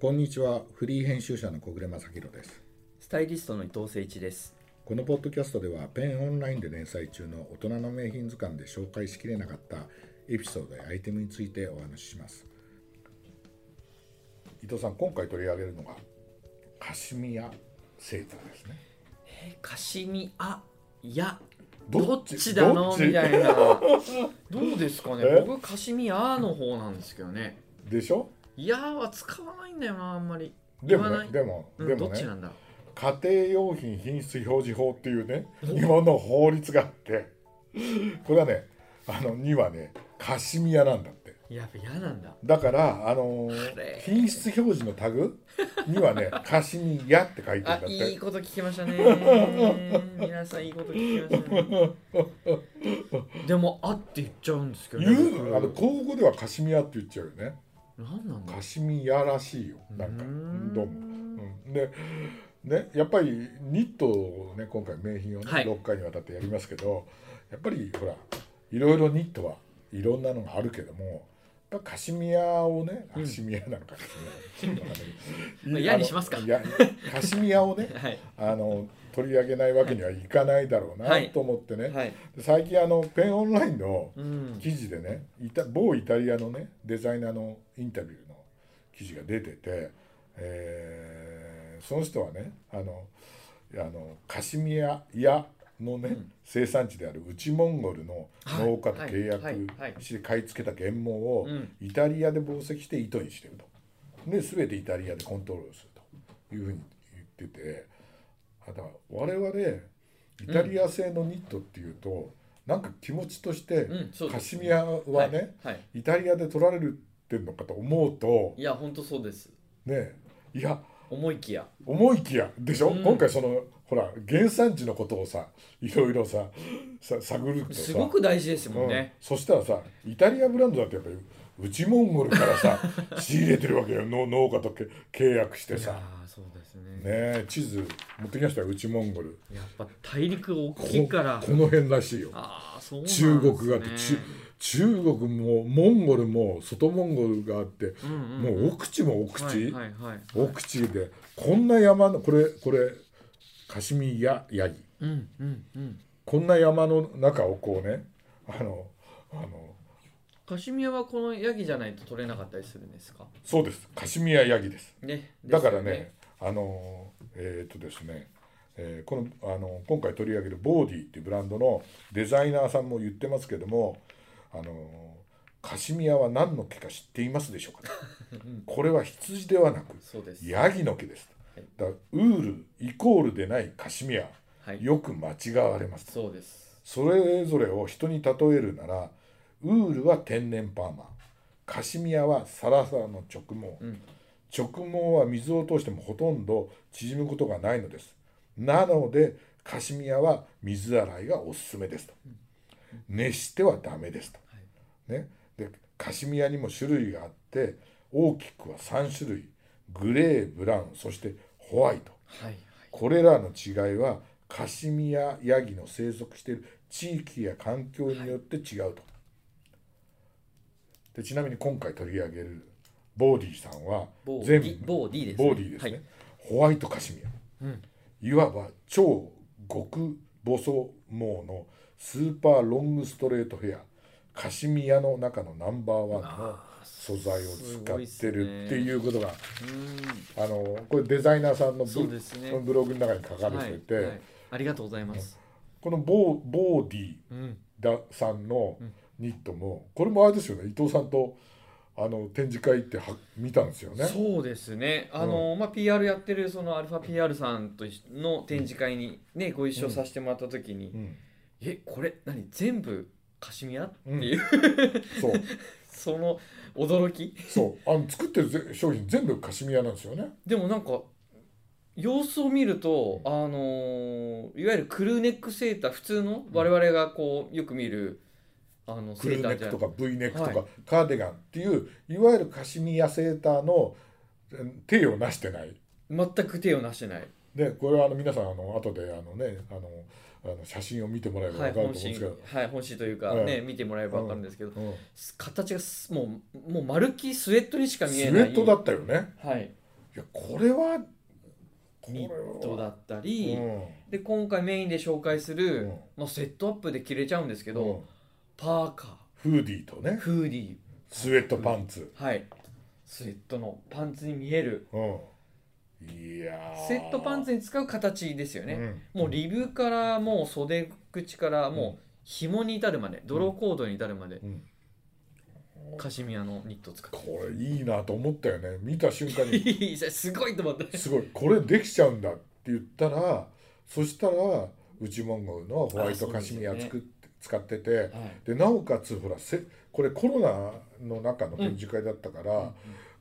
こんにちはフリー編集者の小暮正弘ですスタイリストの伊藤誠一です。このポッドキャストではペンオンラインで連載中の大人の名品図鑑で紹介しきれなかったエピソードやアイテムについてお話しします伊藤さん今回取り上げるのがカシミヤセーターですねえカシミアやどどっっちちだどのっちみたい な。どうですかねえ。僕カシミアの方なんですけどね。でしょいやーは使わないんだよなあんまり。で言もわなねいでも、うんでどもっちなねんだ。家庭用品品質表示法っていうね日本の法律があってこれはねあの2はねカシミヤなんだってやっぱ嫌なんだ。だから、あのーあれ品質表示のタグには ね「カシミヤ」って書いてるんあだっいいてこと聞きましたね。 皆さんいいこと聞きましたね。でもあって言っちゃうんですけど、ね。言僕うあの口語では「カシミヤ」って言っちゃうよねなんなんだカ。シミヤらしいよなんかうーんどうも、うん、でねやっぱりニットをね今回名品をね、はい6回にわたってやりますけどやっぱりほらいろいろニットはいろんなのがあるけどもやっぱカシミヤをねカシミヤなのかカシミヤなのかわかんないけど まあ嫌にしますかあのいやカシミヤをねはいあの取り上げないわけにはいかないだろうなはいと思ってね、はい。で最近あのペンオンラインのうん。記事でねイタ某イタリアのねデザイナーのインタビューの記事が出てて、えーその人はねあのいやあのカシミヤヤのね、うん生産地である内モンゴルの農家と契はいはいはい約して買い付けた原毛をうんイタリアで紡績して糸にしてると。で全てイタリアでコントロールするというふうに言っててあだから我々イタリア製のニットっていうと、なんか気持ちとして、うんそうカですシミヤはね、はい。はいイタリアで取られるってんのかと思うといや本当そうです。ねいや思いきや。思いきやでしょ、うん今回そのほら原産地のことをさいろいろささ探るとさすごく大事ですもんね。うん、そしたらさイタリアブランドだってやっぱり内モンゴルから さ仕入れてるわけよの農家とけ契約していやさ。ーそうですねねえ地図持ってきましたよ内モンゴルやっぱ大陸大こきいからこの辺らしいよああそうなんです、中ね、国があって中中国もモンゴルも外モンゴルがあって、うんうんもう奥地も奥地、はいはいはい、奥地でこんな山のこれこれカシミヤヤギうんうんうんこんな山の中をこうねあのあのカシミヤはこのヤギじゃないと取れなかったりするんですかそうですカシミヤヤギですねだからねですあのえーっとですね、えーこのあの今回取り上げるボーディっていうブランドのデザイナーさんも言ってますけどもあのカシミヤは何の毛か知っていますでしょうか、 これは羊ではなくそうですヤギの毛ですはいだからウールイコールでないカシミヤはいよく間違われますそうですそれぞれを人に例えるならウールは天然パーマカシミヤはサラサラの直毛、うん直毛は水を通してもほとんど縮むことがないのですなのでカシミヤは水洗いがおすすめですと、熱してはダメですと、はね、でカシミヤにも種類があって大きくは3種類グレーブラウンそしてホワイトはいはいこれらの違いはカシミヤヤギの生息している地域や環境によって違うと、でちなみに今回取り上げるボーディさんはボーデ全ィボーディです、ボーディですね、はいホワイトカシミヤうん、いわば超極細毛のスーパーロングストレートヘアカシミヤの中のナンバーワンのあー素材を使すごいっすてねるっていうことがうんあのこれデザイナーさんのブ,、そうですねブログの中に書かれていて、はいはい、ありがとうございますこのボーボーディうんださんのニットもこれもあれですよね伊藤さんとあの展示会行っては見たんですよね。そうですね、あのまあ、PR やってるそのアルファ PR さんと一緒の展示会に、ねご一緒させてもらった時に、うん、えこれ何全部カシミヤっていう、 そうその驚きそうあの作ってるぜ商品全部カシミヤなんですよね。でもなんか様子を見ると、あのーいわゆるクルーネックセーター普通の我々がこうよく見るあのセクルーータネーッじゃクなといか V ネックとはかカーディガンっていういわゆるカシミヤセーターのうん手をなしてない。全く手をなしてない、でこれはあの皆さんあの後であのねあのあの写真を見てもらえば分はい、かると思うん本です心けど、はい本心というか、うんね見てもらえば分かるんですけど、うん形がすもうもう丸きスウェットにしか見スウえないェットだったよね。はいやこれはこれニットはだったうり、んで今回メインで紹介する、うんまあ、セットアップで着れちゃうんですけど、うんパーカフーディーとーねフーディスウェットパンツ、ーはいスウェットのパンツに見えるうん、いやーセットパンツに使う形ですよね、うんもうリブからもう袖口からうもう紐に至るまで泥コードに至るまで、うんカシミヤのニットを使ってこれいいなと思ったよね見た瞬間に いいすごいと思ってすごいこれできちゃうんだって言ったらそしたらうちモンゴルのホワイトカシミヤつく、使っててはいでなおかつほらせこれコロナの中の展示会だったから、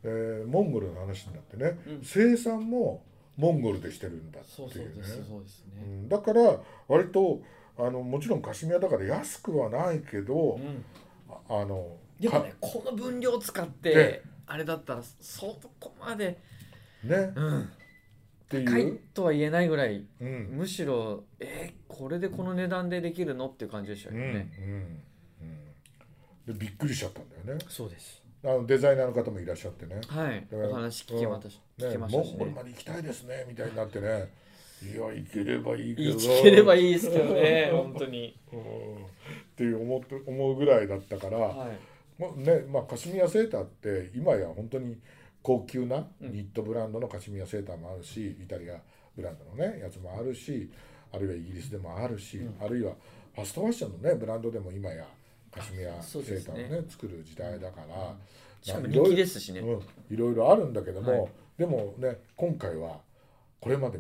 えーモンゴルの話になってね、うん生産もモンゴルでしてるんだってそいううねそうです、そうですうね。んだから割とあのもちろんカシミヤだから安くはないけど、うんあのでもかね、この分量使ってで、あれだったら、そこまで、ねうん、って高い、いうとは言えないぐらい、うん、むしろ、えーこれでこの値段でできるのっていう感じでしたようんね。うんうん、でびっくりしちゃったんだよねそうです。あのデザイナーの方もいらっしゃってねはい、だからお話聞けまたし、聞ねけモまンしたしゴルまね。で行きたいですねみたいになってねいや行ければいいけどいければいいいですけどね、 本当に。っていう思って思うぐらいだったから、はい。まあねまあ、カシミヤセーターって今や本当に高級なうんニットブランドのカシミヤセーターもあるし、イタリアブランドのねやつもあるしあるいはイギリスでもあるし、うんあるいはファストファッションのねブランドでも今やカシミヤセそうでーすタねーをね作る時代だから、しかもまあいろいろ人気ですしね。うん、いろいろあるんだけども、はでもね今回はこれまで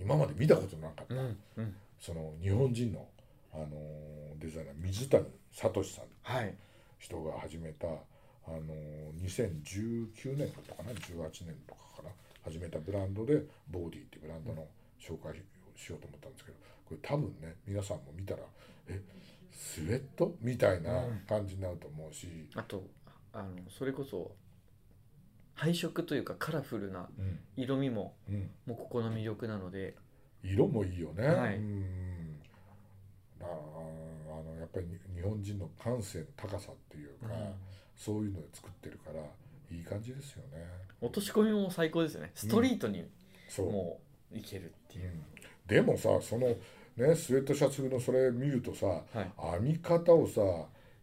今まで見たことなかった、うん、うん。その日本人の、あのーデザイナー水谷聡さんはい。人が始めた、あのー2019年とかな18年とかかな始めたブランドでボーディってブランドの紹介をしようと思ったんですけどこれ多分ね皆さんも見たらえスウェットみたいな感じになると思うし、あと、あの、それこそ、配色というかカラフルなうん色味も、うん、もうここの魅力なので、色もいいよね。はいうんあーあのやっぱりに日本人の感性の高さっていうか、そういうので作ってるからいい感じですよね。落とし込みも最高ですよねストリートにそうもういけるっていうう、んでもさそのねスウェットシャツのそれ見るとさはい編み方をさ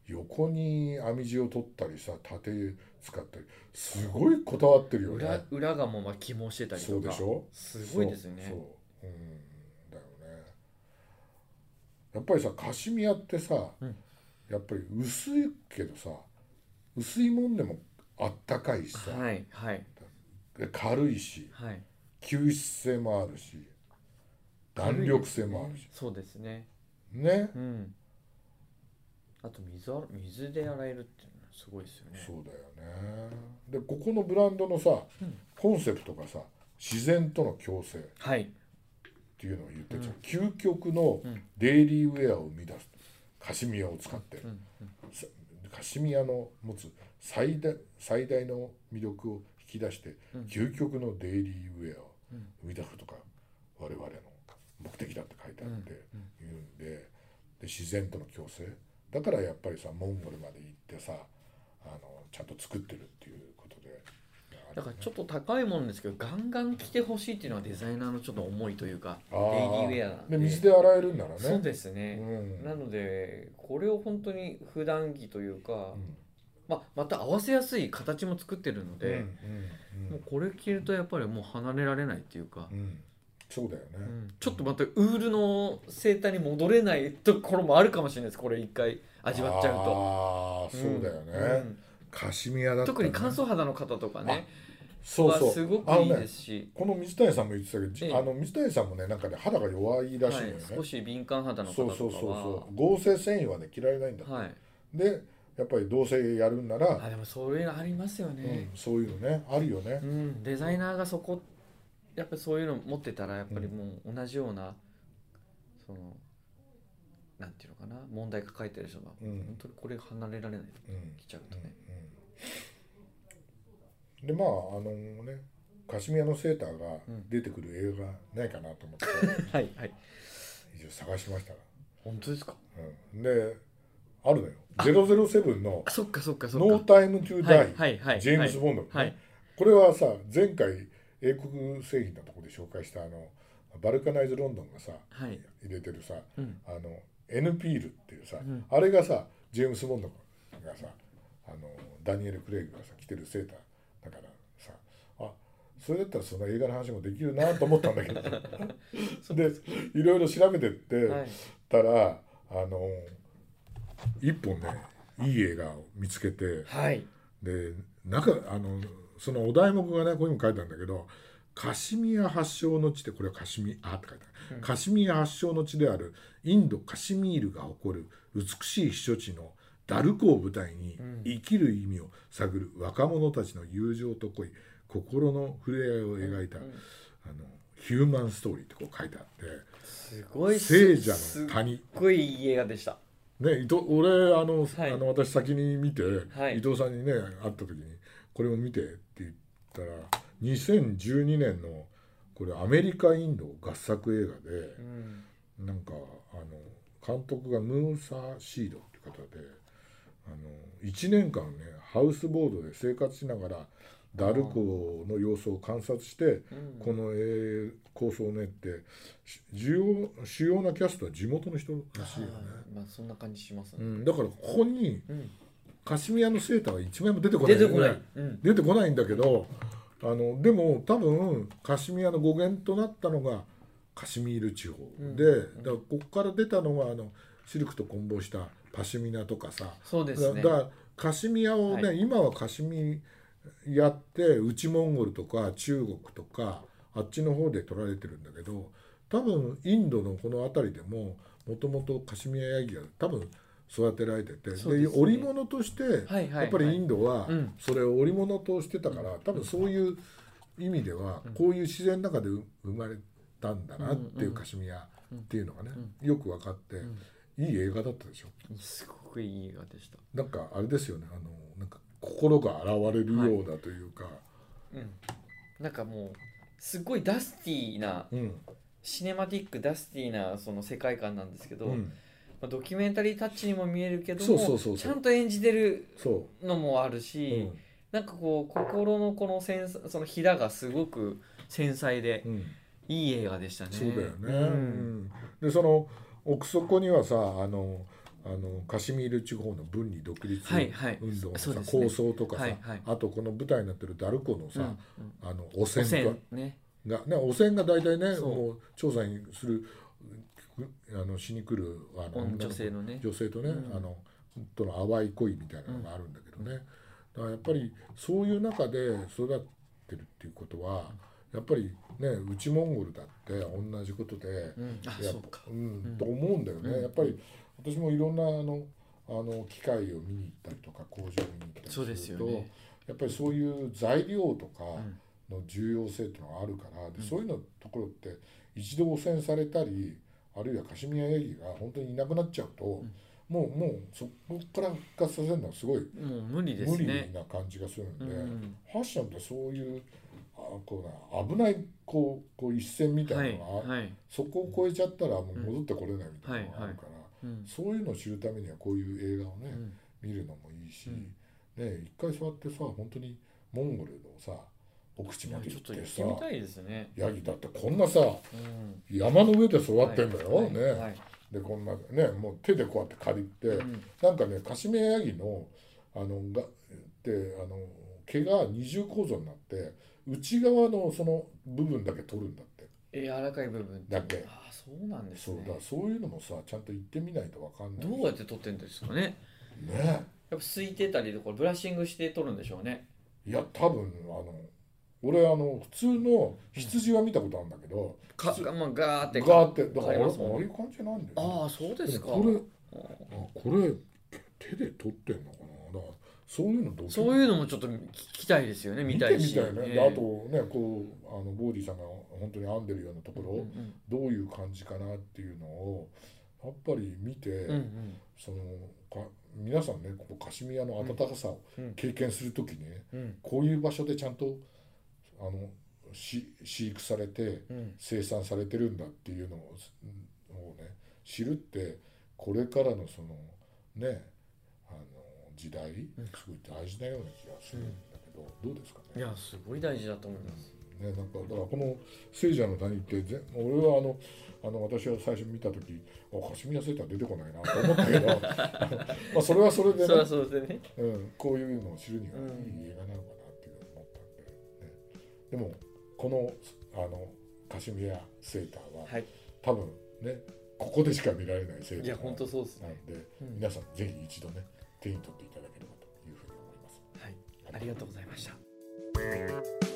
横に編み地を取ったりさ縦使ったりすごいこだわってるよね。裏裏がもう巻きもしてたりそとかうでしょすごいですよねそうそううんだよねやっぱりさカシミヤってさ、うんやっぱり薄いけどさ薄いもんでもあったかいしさ、はいはいで軽いしはい吸湿性もあるし弾力性もあるしそうですねねうんあと水あ水で洗えるっていうのはすごいですよねそうだよねでここのブランドのさ、うんコンセプトがさ自然との共生っはいていうのを言ってて、究極のうんデイリーウェアを生み出すカシミヤを使ってるう。んうんさカシミヤの持つ最大最大の魅力を引き出して、うん究極のデイリーウェアをうん生み出すことが我々の目的だって書いてあってうん言うんで,、で自然との共生だからやっぱりさモンゴルまで行ってさあのちゃんと作ってるっていうことでだからちょっと高いものですけどガンガン着てほしいっていうのはデザイナーのちょっと思いというかデイあリーーウェアなんで水で洗えるんならねそうですね、うんなのでこれを本当に普段着というか、うんまあ、また合わせやすい形も作ってるのうんで、うんもうこれ着るとやっぱりもう離れられないっていうかう、んうんそうだよね、うんちょっとまたウールのセーターに戻れないところもあるかもしれないですこれ一回味わっちゃうあと。あそうだよね、んカシミヤだったね特に乾燥肌の方とかねそうそうはすごくあのいいねですし、この水谷さんも言ってたけど、じええあの水谷さんもねなんかね肌が弱いらしいのよね、はい、少し敏感肌のそう方とかそうそうはそう合成繊維はね嫌いないんだ、はいでやっぱりどうせやるんなら、あでもそういうのありますよね、うん、そういうのねあるよねうんデザイナーがそこやっぱりそういうの持ってたらやっぱりもう同じような、そのなんていうのかな問題抱えてる人がうんうん本当にこれ離れられないうん来ちゃうとね、でまああのねカシミヤのセーターがうん出てくる映画ないかなと思って、 はいはい一応探しましたら、本当ですかうん、であるのよ007のあそっかそっ「かそっかノータイムトゥーダイ」はいはいはいジェームズ・ボンド、ねはいこれはさ前回英国製品のところで紹介したあのバルカナイズロンドンがさはい入れてるさうんあの N ピールっていうさ、うんあれがさジェームス・ボンドがさあのダニエル・クレイグがさ着てるセーターだからさあそれだったらその映画の話もできるなと思ったんだけど でいろいろ調べてって、はいたらあの一本ねいい映画を見つけてはいで中あのそのお題目がねこういうの書いてあるんだけど「カシミヤ発祥の地でこれはカシミあって書いてある、うんカシミヤ発祥の地であるインドカシミールが誇る美しい避暑地のダルコを舞台にうん生きる意味を探る若者たちの友情と恋心の触れ合いを描いた、うんあのヒューマンストーリーってこう書いてあってすごい聖者すの谷すっごいいい映画でしたね、伊藤俺あの,、はいあの私先に見て、はい伊藤さんにね会った時にこれを見てって言ったら2012年のこれアメリカインド合作映画でう、んなんかあの監督がムーサー・シードって方であの1年間ねハウスボードで生活しながらダルコの様子を観察してうんこの絵構想を練ってし主要主要なキャストは地元の人らしいよね。はいまあそんな感じしますうねん、だからここにうんカシミヤのセーターは一枚も出てこない出よてね、こないうん出てこないんだけどあのでも多分カシミヤの語源となったのがカシミール地方、うんでうんだからここから出たのがあのシルクと混合したパシミナとかさ、そうですだねだからカシミヤをね、は今はカシミヤって内モンゴルとか中国とかあっちの方で取られてるんだけど多分インドのこの辺りでももともとカシミヤヤギが多分育てられててで、そうですね織物としてはいはいはいやっぱりインドはうんそれを織物としてたから、多分そういう意味ではこういう自然の中で生まれたんだなっていううんカシミヤっていうのがね、よく分かって、んいい映画だったでしょ。すごくいい映画でしたなんかあれですよねあのなんか心が現れるようだというか、うんなんかもうすごいダスティーなうんシネマティックダスティーなその世界観なんですけど、うんまあ、ドキュメンタリータッチにも見えるけどもそうそうそうそうちゃんと演じてるそのもあるう、し、うんなんかこう心のこの繊細そのひらがすごく繊細でうんいい映画でしたね。そうだよね。ううんんでその奥底にはさあのあのカシミール地方の分離独立はいはい運動のさ、そうですね構想とかさ、はいはいあとこの舞台になってるダルコのうさ、んうんあの汚汚染染ね。がね汚染が大体ねそうもう調査にするあのしに来るあの女の子女性のね。女性とね、うんあのとの淡い恋みたいなのがあるんだけどね、だからやっぱりそういう中で育ってるっていうことはやっぱりね内モンゴルだって同じことで、うん、あやっそうか。うんうんと思うんだよね、うんやっぱり私もいろんなあのあの機械を見に行ったりとか工場を見に行ったりそうですするとよね。やっぱりそういう材料とかうんの重要性っていうのがあるから、でうんそういうのところって一度汚染されたりあるいはカシミヤヤギが本当にいなくなっちゃうと、んもうもうそこから復活させるのはすごいもう無理です無理ね。な感じがするんで、うんファッションってそういうあこうな危ないこうこう一線みたはいないのが、はい。そこを越えちゃったらもう戻ってこれないみたいなのがあるから、うんそういうのを知るためにはこういう映画をうね、ん見るのもいいし、うんね一回そうやってさ本当にモンゴルのさ奥地いまやでちょっ行とっ行てっさてみたいですね。ヤギだってこんなさうん。山の上で育ってんだよ、はいね、はいはいでこんなねもう手でこうやって借りて、うんなんかねカシメヤギのあのがってあの毛が二重構造になって内側のその部分だけ取るんだって柔らかい部分だけああそうなんですそうねだそういうのもさちゃんと行ってみないとわかんないどうやって撮ってんですかねねやっぱすいてたりとかブラッシングして撮るんでしょうねいや多分あの俺あの普通の羊は見たことあるんだけど、か普通がまあガーってガーってだからあれ変わありますもあんいねう感じなんだよ、ああそうですかもこれあーあこれ手で取ってんのかなだからそういうのどうそういうのもちょっと聞きたいですよね見たいし見てみたいね、であとねこうあのボーディさんが本当に編んでるようなところ、うんうんどういう感じかなっていうのをやっぱり見て、うんうんそのか皆さんねここカシミヤの温かさをうん経験する時にね、うんこういう場所でちゃんとあのし飼育されてうん生産されてるんだっていうのをうんをね知るってこれからのそのねあの時代うんすごい大事なような気がするんだけど、どうですかいねやすごい大事だと思いますね、なんかだからこの「聖者の谷」ってぜ俺はあのあの私は最初見た時あカシミヤセーター出てこないなと思ったけど あのまあそれはそれで、ねそりゃそうですねうん、こういうのを知るにはうんいい映画なのかなっていうのを思ったんで、ねでもこのあのカシミヤセーターは、はい多分ねここでしか見られないセーターいや本当そうですなねので、うん皆さんぜひ一度ね手に取っていただければというふうに思います。はいありがとうございました